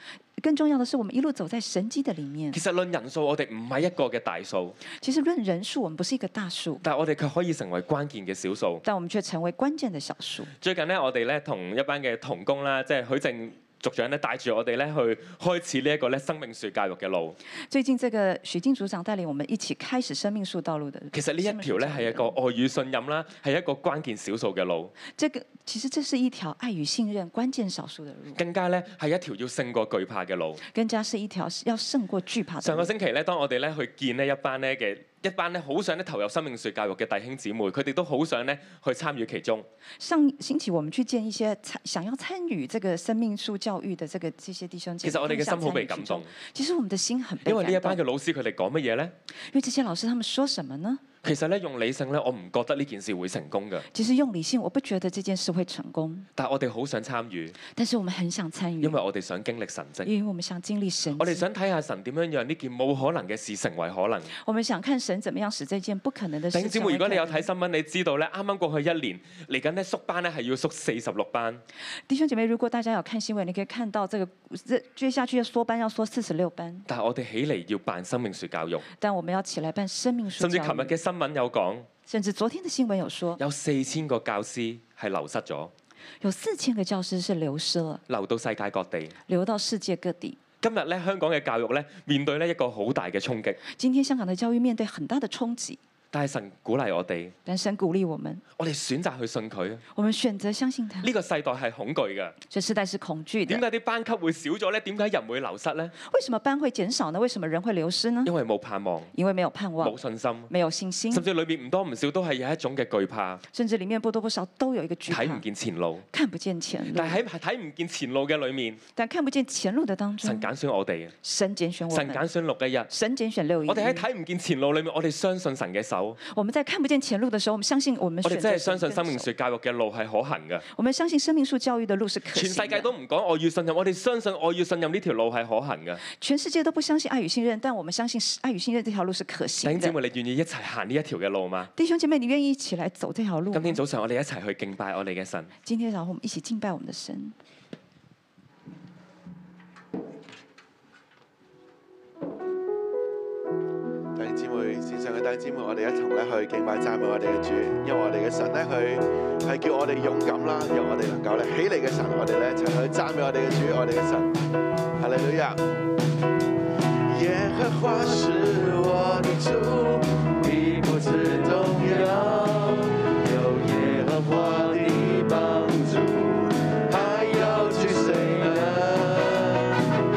S3: 更重要的是，我们一路走在神机的里面
S2: 其。實論人數，我哋唔係一個嘅大數，
S3: 其实论人数，我们不是一个大数，
S2: 但我哋卻可以成為關鍵嘅少數。
S3: 但我们却成为关键的小数。
S2: 最近咧，我哋咧同一班嘅童工啦，即係許正族長咧帶住我哋咧去開始呢一個咧生命樹教育嘅路。
S3: 最近这个许静组长带领我们一起开始生命树道路的，
S2: 其實呢一條咧係一個愛與信任啦，係一個關鍵少數嘅路，
S3: 这个其实这是一条爱与信任关键少数的路，
S2: 更加咧係一條要勝過懼怕嘅路。
S3: 更加是一條要勝過惧怕的
S2: 上個
S3: 路。
S2: 星期咧，當我哋咧去見呢一班咧嘅一班咧好想咧投入生命樹教育嘅弟兄姊妹，佢哋都好想咧去參與其中。
S3: 上星期我们去见一些参想要参与这个生命树教育的这个这些弟兄姐
S2: 其
S3: 妹，
S2: 實我哋嘅心好被
S3: 他
S2: 感動
S3: 们想参与其中。，其实我们的心很被
S2: 因為呢一
S3: 感
S2: 班
S3: 动，
S2: 嘅老師佢哋講乜嘢咧？
S3: 因为这些老师他们说什么呢？
S2: 其實咧用理性咧，我唔覺得呢件事會成功嘅，
S3: 其实用理性，我不觉得这件事会成功，
S2: 但我哋好想參與，
S3: 但是我们很想参与
S2: 因為，我哋想經歷神蹟。
S3: 因为我们想经历神
S2: 我哋
S3: 迹，
S2: 想睇下神點樣讓呢件冇可能嘅事成為可能。
S3: 我们想看神怎么样使这件不可能的
S2: 弟
S3: 事
S2: 兄姊
S3: 情。
S2: 妹，如果你有睇新聞，你知道咧，啱啱過去一年嚟緊咧縮班咧係要縮四十六班，
S3: 弟兄姐妹，如果大家有看新闻，你可以看到这个这接下去要缩班，要缩四十六班，
S2: 但係我哋起嚟要辦生命樹教育，
S3: 但我们要起来办生命树
S2: 甚至
S3: 教
S2: 琴日
S3: 育。
S2: 嘅新聞有講，
S3: 甚至昨天的新闻有说，
S2: 有四千個教師係流失咗，
S3: 有四千个教师是流失了，
S2: 流到世界各地。
S3: 流到世界各地。
S2: 今日咧，香港嘅教育咧面對咧一個好大嘅衝擊，
S3: 今天香港的教育面对很大的冲击，
S2: 但係神鼓勵我哋，
S3: 但神鼓励我们，
S2: 我哋選擇去信佢。啊
S3: 我们选择相信他。
S2: 呢個世代係恐懼嘅，
S3: 这世代是恐惧的
S2: 點，解啲班級會少咗呢？點解人會流失呢？
S3: 为什么班会减少呢？为什么人会流失呢？
S2: 因為冇盼望，
S3: 因为没有盼望
S2: 冇，信心，
S3: 没有信心，
S2: 甚至裏面唔多唔少都係有一種嘅懼怕，
S3: 甚至里面不多不少都有一个惧怕嗯
S2: 睇，唔見前路。
S3: 看不见前路
S2: 但。係喺睇唔見前路嘅裏面，
S3: 但看不见前路的当
S2: 神
S3: 中，
S2: 揀選我哋，
S3: 神拣嗯选我
S2: 神
S3: 们，
S2: 揀選六一日。
S3: 神拣选六一
S2: 我哋喺
S3: 一。
S2: 睇唔見前路裏面，我哋相信神嘅手，
S3: 我们在看不见前路的时候，我们相信我们
S2: 我哋
S3: 选
S2: 真
S3: 择
S2: 係相信
S3: 神
S2: 生命
S3: 跟手
S2: 樹教育嘅路係可行嘅。
S3: 我们相信生命树教育的路是可
S2: 全世
S3: 行
S2: 界都
S3: 的。
S2: 唔講我要信任，我哋相信我要信任呢條路係可行嘅。
S3: 全世界都不相信爱与信任，但我们相信爱与信任这条路是可
S2: 弟
S3: 行
S2: 兄姊
S3: 的。
S2: 妹，你願意一齊行呢一條嘅路嗎？
S3: 弟兄姐妹，你愿意一起来走这条路吗？
S2: 今天早上我哋一齊去敬拜我哋嘅神。
S3: 今天早上我们一起敬拜我们的神。
S4: 弟兄姊妹，線上嘅弟兄姊妹，我哋一同咧去敬拜讚美我哋嘅主，因為我哋嘅神咧，佢係叫我哋勇敢啦，讓我哋能夠咧起嚟嘅神，我哋咧一齊去讚美我哋嘅主，我哋嘅神，哈利路亞。耶和華是我的主，必不致動搖。有耶和華的幫助，還要懼誰呢？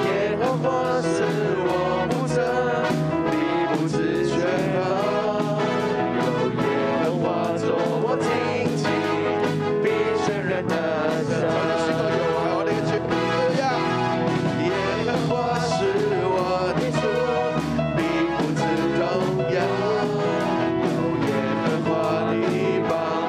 S4: 耶和華是我牧者，必不致缺乏。有耶和華作我荊棘，必全然得勝。耶和華是我的主，必不致動搖。有耶和華的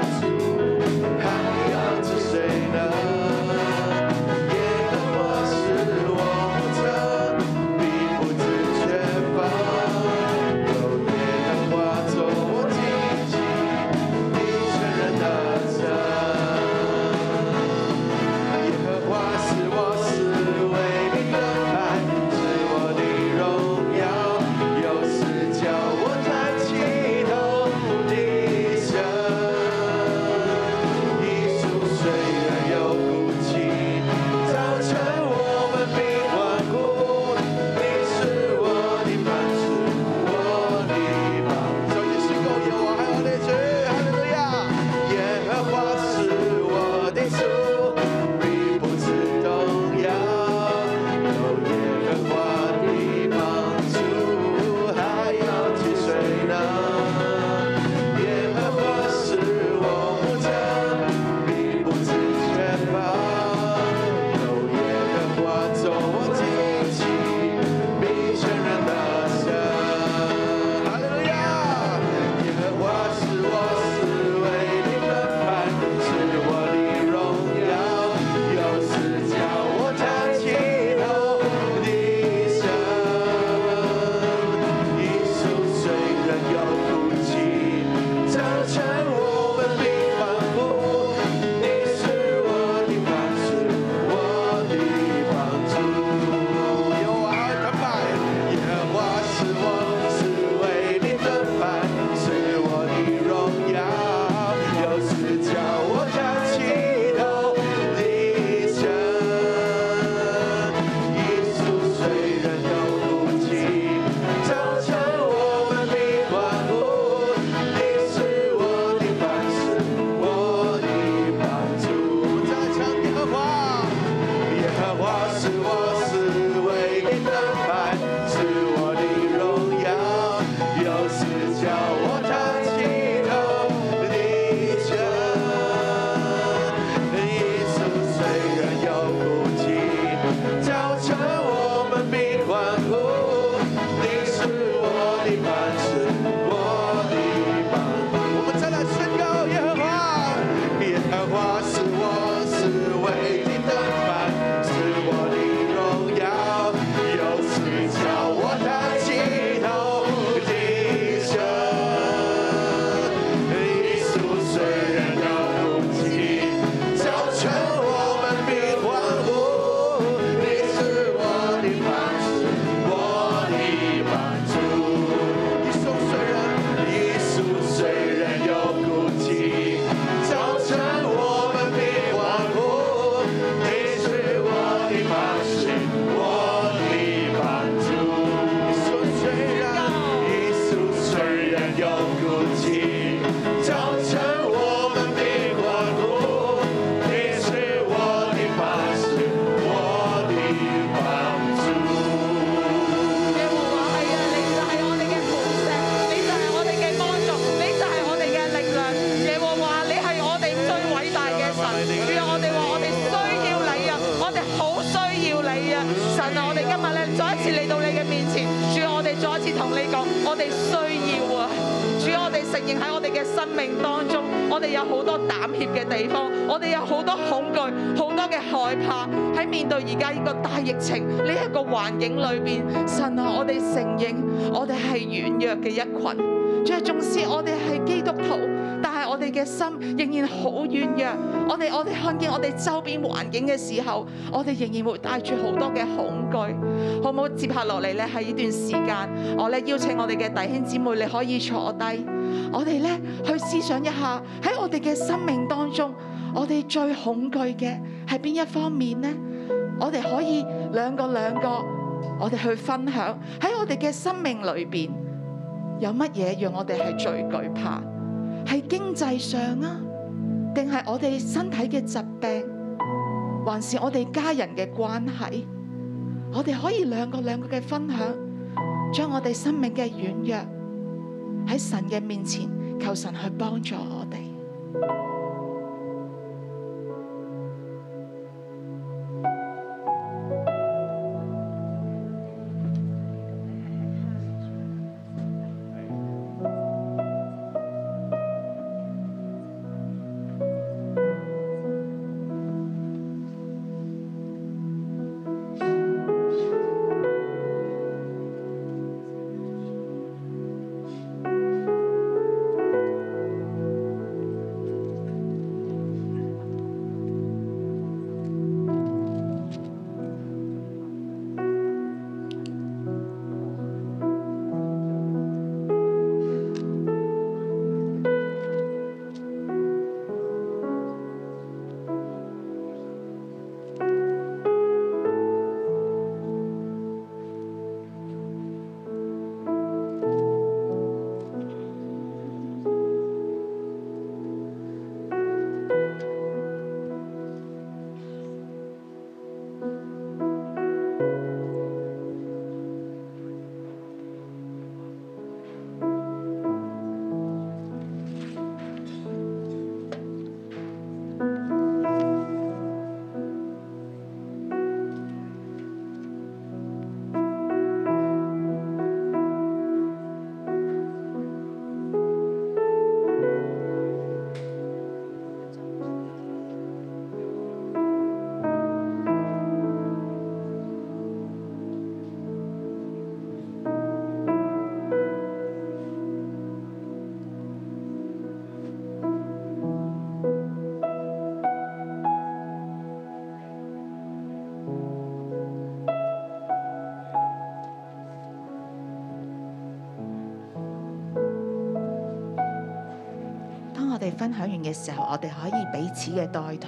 S5: 我哋話我哋需要你啊，我哋好需要你啊！神啊，我哋今日咧再一次嚟到你嘅面前，主啊，我哋再一次同你講，我哋需要啊！主啊，我哋承認喺我哋嘅生命當中，我哋有好多膽怯嘅地方，我哋有好多恐懼，好多嘅害怕。喺面對而家呢個大疫情呢一個環境裏邊，神啊，我哋承認我哋係軟弱嘅一群。主啊，縱使我哋係基督徒，但係我哋嘅心仍然好軟弱。我哋我哋看見我哋周邊環境嘅時候，我哋仍然會帶住好多嘅恐懼，好唔好？接下落嚟咧，喺呢段時間，我咧邀請我哋嘅弟兄姊妹，你可以坐低，我哋咧去思想一下喺我哋嘅生命當中，我哋最恐懼嘅係邊一方面呢？我哋可以兩個兩個，我哋去分享喺我哋嘅生命裏邊。有乜嘢讓我哋係最懼怕？係經濟上啊，定係我哋身體嘅疾病，還是我哋家人嘅關係？我哋可以兩個兩個嘅分享，將我哋生命嘅軟弱喺神嘅面前，求神去幫助我哋。當我哋分享完嘅時候，我哋可以彼此嘅代禱。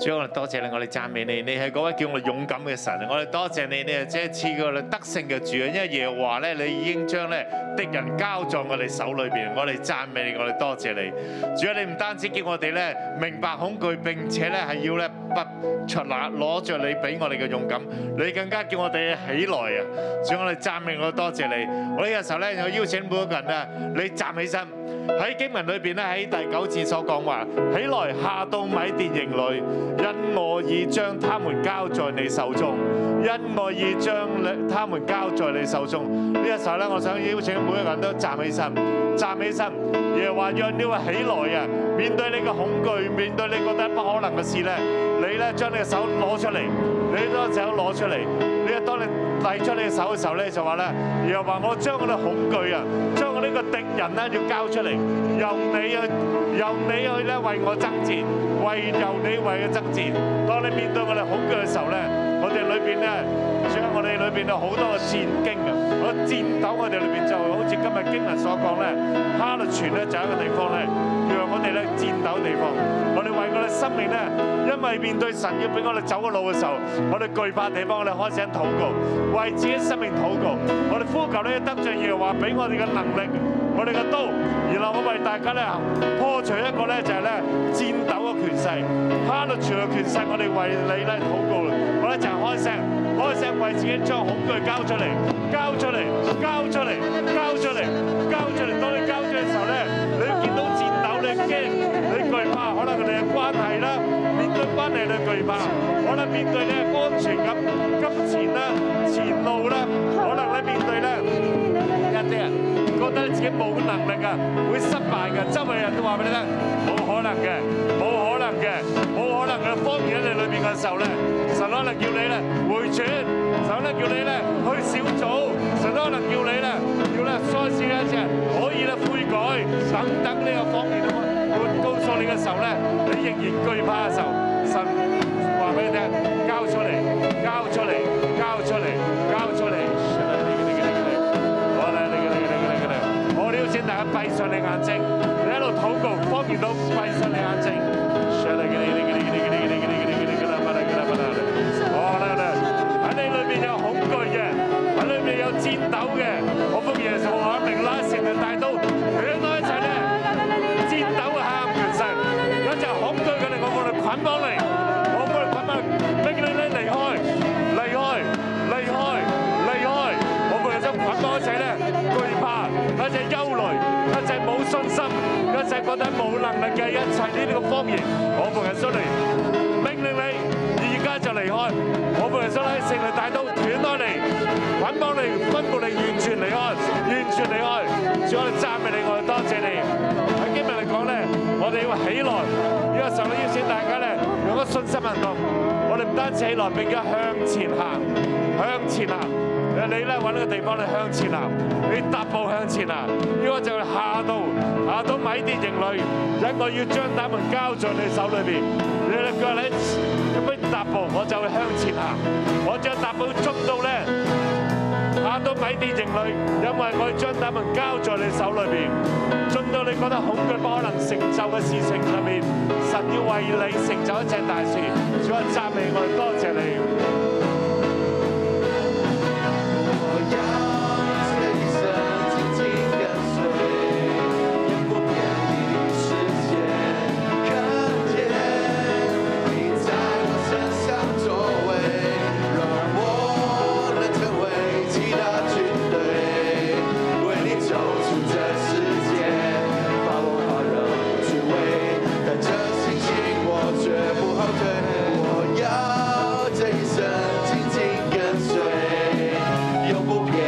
S4: 主，我哋多謝你，我哋讚美你，你係嗰位叫我哋勇敢嘅神，我哋多謝你，你係即係賜過我哋得勝嘅主啊！因為耶和華咧，你已經將咧
S6: 敵人交在我哋手裏邊。我哋讚美你，我哋多謝你。主啊，你唔單止叫我哋咧明白恐懼，並且咧係要咧不出拿攞着你俾我哋嘅勇敢，你更加叫我哋起來啊！主啊，我哋讚美我哋多謝你。我呢個時候咧，就邀請每一個人咧，你站起身喺經文裏邊咧，喺第九節所講話：起來下到米甸營裏，因我已將他們交在你手中，因我已將你他們交在你手中。呢個時候咧，我想邀請每一個人都站起身。站起身，耶和華讓呢位起來啊！面對你嘅恐懼，面對你覺得不可能嘅事咧，你咧將你嘅手攞出嚟，你將手攞出嚟，你一當你遞出你嘅手嘅時候咧，就話咧，耶和華我將我嘅恐懼啊，將我呢個敵人咧要交出嚟，由你去，由你去咧為我爭戰，為由你為我爭戰。當你面對我哋恐懼嘅時候咧，我哋裏邊咧，將我哋裏邊有好多嘅戰經啊，我戰鬥我哋裏邊就好似今日經文所講咧，哈律泉咧就係一個地方咧，讓我哋咧戰鬥地方。我哋為我哋生命咧，因為面對神要俾我哋走嘅路嘅時候，我哋懼怕地方，我哋開始禱告，為自己生命禱告。我哋呼求咧得着耶和華俾我哋嘅能力，我哋嘅刀，然後我為大家咧破除一個咧就係咧戰鬥嘅權勢，哈律泉嘅權勢，我哋為你咧禱告。我哋一齊開聲。開聲為自己將恐懼交出嚟，交出嚟，交出嚟，交出嚟，交出嚟。當你交出嘅時候咧，你見到戰鬥，你驚，你懼怕，可能你嘅關係啦，面對關係你懼怕，可能面對你嘅安全感、金錢啦、前路啦，可能你面對咧。一啲人覺得自己冇能力啊，會失敗嘅，周圍人都話俾你聽，冇可能嘅，冇可能嘅，冇可能嘅。方言喺你裏面嘅時候咧，神可能叫你咧回轉，神可能叫你咧去小組，神可能叫你咧要咧再試一次，可以咧悔改等等呢個方言都告訴你嘅時候咧，你仍然懼怕嘅時候，神話俾你聽，交出嚟，交出嚟，交出嚟，交出嚟。我哋嚟嘅嚟嘅嚟嘅嚟嘅嚟！我哋邀請大家閉上你眼睛，你喺度禱告，方言到閉上你眼睛。嚟嘅嚟嘅嚟嘅嚟嘅嚟嘅嚟嘅嚟嘅嚟嘅啦，嚟嘅啦，嚟嘅啦！我咧咧喺你裏邊有恐懼嘅，喺裏邊有戰鬥嘅，我奉耶穌我名拉成條大刀，佢都一齊咧戰鬥嘅黑暗權勢，一隻恐懼嘅力我幫你捆綁你，我幫你捆綁，逼你咧離開，離開，離開，離開！我哋將捆綁一齊咧，懼怕，一齊憂慮，一齊冇信心，一齊覺得冇能力嘅一切呢啲嘅方言，我奉耶穌嚟命令你，而家就離開。我奉耶穌喺聖靈大刀斷開你，捆綁你，分佈你，完全離開，完全離開。主，我哋讚美你，我哋多謝你。喺今日嚟講咧，我哋要起來，呢個時候咧邀請大家咧用一個信心行動。我哋唔單止起來，並且向前行，向前行。你咧揾呢個地方，你向前行，你踏步向前行。呢個就係下到下到米甸營裏，因我要將他們交在你手裏邊。你嘅腳咧一般踏步，我就向前行，我將踏步捉到咧下到米甸營裏，因為我要將他們交在你手裏邊。進到你覺得恐懼不可能成就嘅事情上面，神要為你成就一切大事。主啊，讚美我，多謝你。
S4: 我要這一生緊緊跟隨，越過遍地的世界，看見你在我身上作為，讓我能成為其他軍隊，為你走出這世界，發光發熱無所畏，帶着信心我絕不後退。我要這一生緊緊跟隨。永不偏離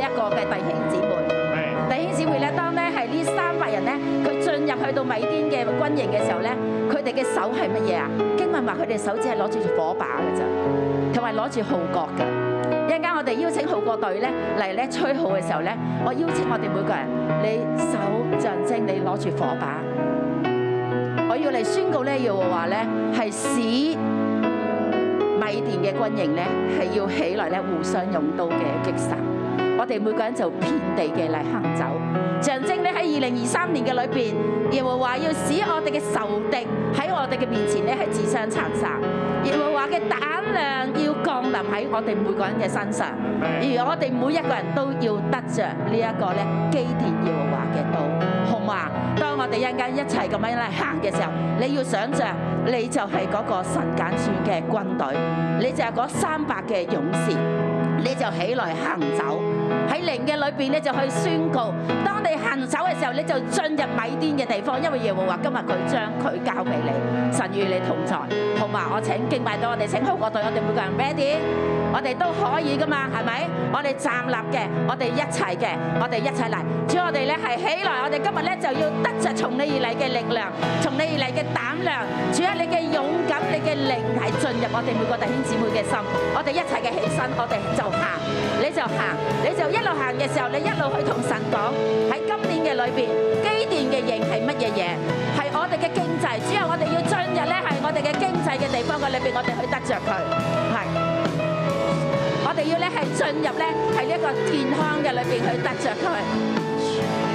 S7: 啊個嘅弟兄姊妹。
S6: 係
S7: 弟兄姊妹咧，當咧係呢三百人咧，佢進入去到米甸嘅軍營嘅時候咧，佢哋嘅手係乜嘢啊？經文話佢哋手只係攞住火把嘅咋，同埋攞住號角嘅。一陣間我哋邀請號角隊咧嚟咧吹號嘅時候咧，我邀請我哋每個人，你手象徵你攞住火把。我要嚟宣告咧，要話咧係使米甸嘅軍營咧係要起來咧互相用刀嘅擊殺。我哋每個人就遍地嘅嚟行走，象徵咧喺二零二三年嘅裏邊，耶和華要使我哋嘅仇敵喺我哋嘅面前咧係自相殘殺，耶和華嘅膽量要降臨喺我哋每個人嘅身上，而我哋每一個人都要得着呢一個咧基甸耶和華嘅道，好嘛？當我哋一陣間一齊咁樣咧行嘅時候，你要想象你就係嗰個神揀選嘅軍隊，你就係嗰三百嘅勇士。你就起來行走。喺靈嘅裏邊咧就去宣告，當你行走嘅時候，你就進入米甸嘅地方，因為耶和華今日佢將佢交俾你，神與你同在，好嘛？我請敬拜隊，我哋請好樂隊，我哋每個人 ready，我哋都可以噶嘛，係咪？我哋站立嘅，我哋一齊嘅，我哋一齊嚟，主我哋咧係起來，我哋今日咧就要得着從你而嚟嘅力量，從你而嚟嘅膽量，主啊，你嘅勇敢，你嘅靈係進入我哋每個弟兄姊妹嘅心，我哋一齊嘅起身，我哋就行。你就行，你就一路行嘅時候，你一路去同神講喺今年嘅裏邊，基甸嘅營係乜嘢嘢？係我哋嘅經濟，只有我哋要進入咧，係我哋嘅經濟嘅地方嘅裏邊，我哋去得着佢，係我哋要咧係進入咧係呢一個健康嘅裏邊去得着佢。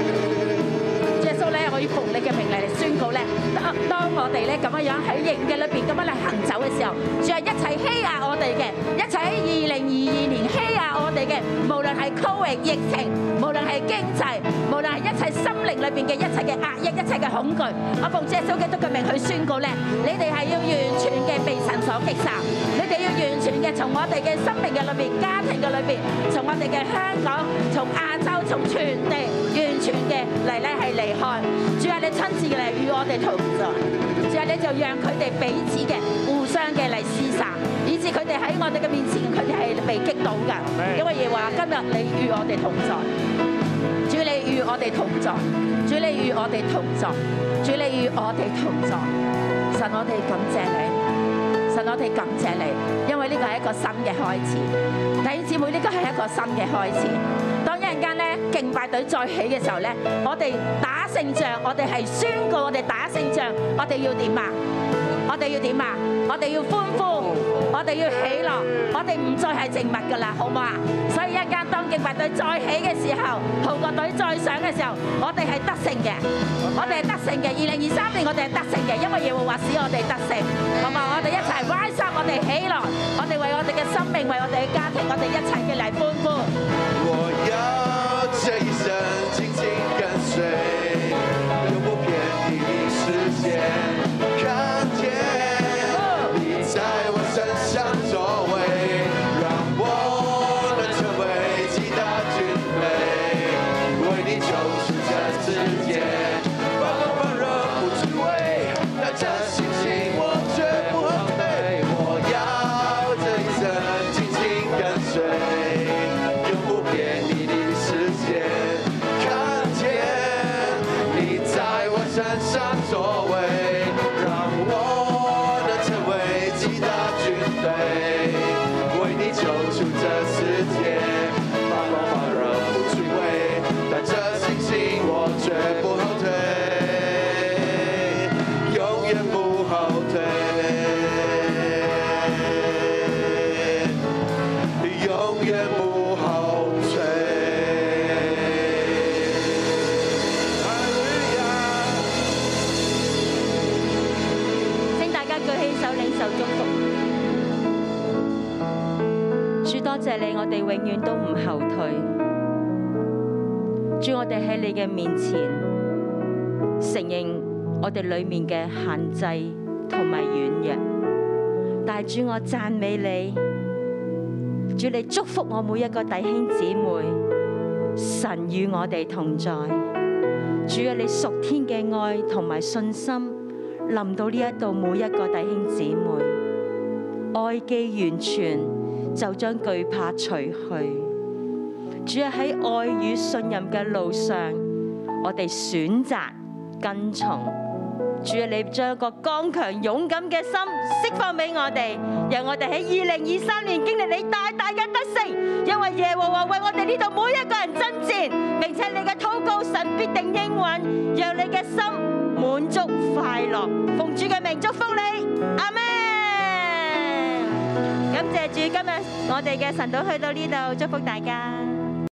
S7: 耶穌咧，我要奉你嘅名嚟嚟宣告咧，當當我哋咧咁樣樣喺營嘅裏邊咁樣嚟行走嘅時候，仲係一齊欺壓我哋嘅，一齊喺二零二二年欺壓我哋嘅，無論係 Covid 疫情，無論係經濟，無論係一切心靈裏邊嘅一切嘅壓抑、一切嘅恐懼，我奉耶穌基督嘅名去宣告咧，你哋係要完全嘅被神所擊殺，你哋要完全嘅從我哋嘅生命嘅裏邊、家庭嘅裏邊，從我哋嘅香港、從亞洲、從全地完全嘅嚟咧係離開。主啊，你親自嚟與我哋同在。主啊，你就讓佢哋彼此嘅互相嘅嚟廝殺，以致佢哋喺我哋嘅面前，佢哋係被擊倒㗎。因為耶和華今日你與我哋同在。主你與我哋同在，主你與我哋同在，主你與我哋同在。神，我哋感謝你，神，我哋感謝你，因為呢個係一個新嘅開始。弟兄姊妹，呢個係一個新嘅開始。當一陣間咧敬拜隊再起嘅時候咧，我哋打勝仗，我哋係宣告我哋打勝仗，我哋要點啊？我哋要點啊？我哋要歡呼，我哋要喜樂，我哋唔再係靜默噶啦，好唔好啊？所以一間當敬拜隊再起嘅時候，號角隊再上嘅時候，我哋係得勝嘅，我哋係得勝嘅。二零二三年我哋係得勝嘅，因為耶和華使我哋得勝，好唔好？我哋一齊 rise up，我哋起來，我哋為我哋嘅生命，為我哋嘅家庭，我哋一齊嘅嚟歡呼。
S4: 我要这一生紧紧跟随，永不偏离你视线，看见你在我身上作为，让我们成为极大军备，为你救赎这世界，包容包容不虚伪，带着信心我绝不后退，我要这一生紧紧跟随。永不变你的世界，看见你在我身上作为，让我能成为极大军队，为你救赎这世界。发光发热不虚伪，带着信心我绝不后退，永远不后退。永远不后退。哈利路亚。
S7: 請大家舉起手領受祝福。主多謝你，我哋永遠都唔後退。
S8: 主，我哋喺你嘅面前承認我哋裏面嘅限制同埋軟弱，但係主，我讚美你，主你祝福我每一個弟兄姊妹，神與我哋同在。主啊，你屬天嘅愛同埋信心臨到呢一度每一個弟兄姊妹，愛既完全，就將懼怕除去。主啊，喺愛與信任嘅路上，我哋選擇跟從。主啊，你將個剛強勇敢嘅心釋放俾我哋，讓我哋喺二零二三年經歷你大大嘅得勝，因為耶和華為我哋呢度每一個人爭戰，並且你嘅禱告神必定應允，讓你嘅心滿足快樂。奉主嘅名祝福你，阿門。感謝主，今日我哋嘅神道去到呢度，祝福大家。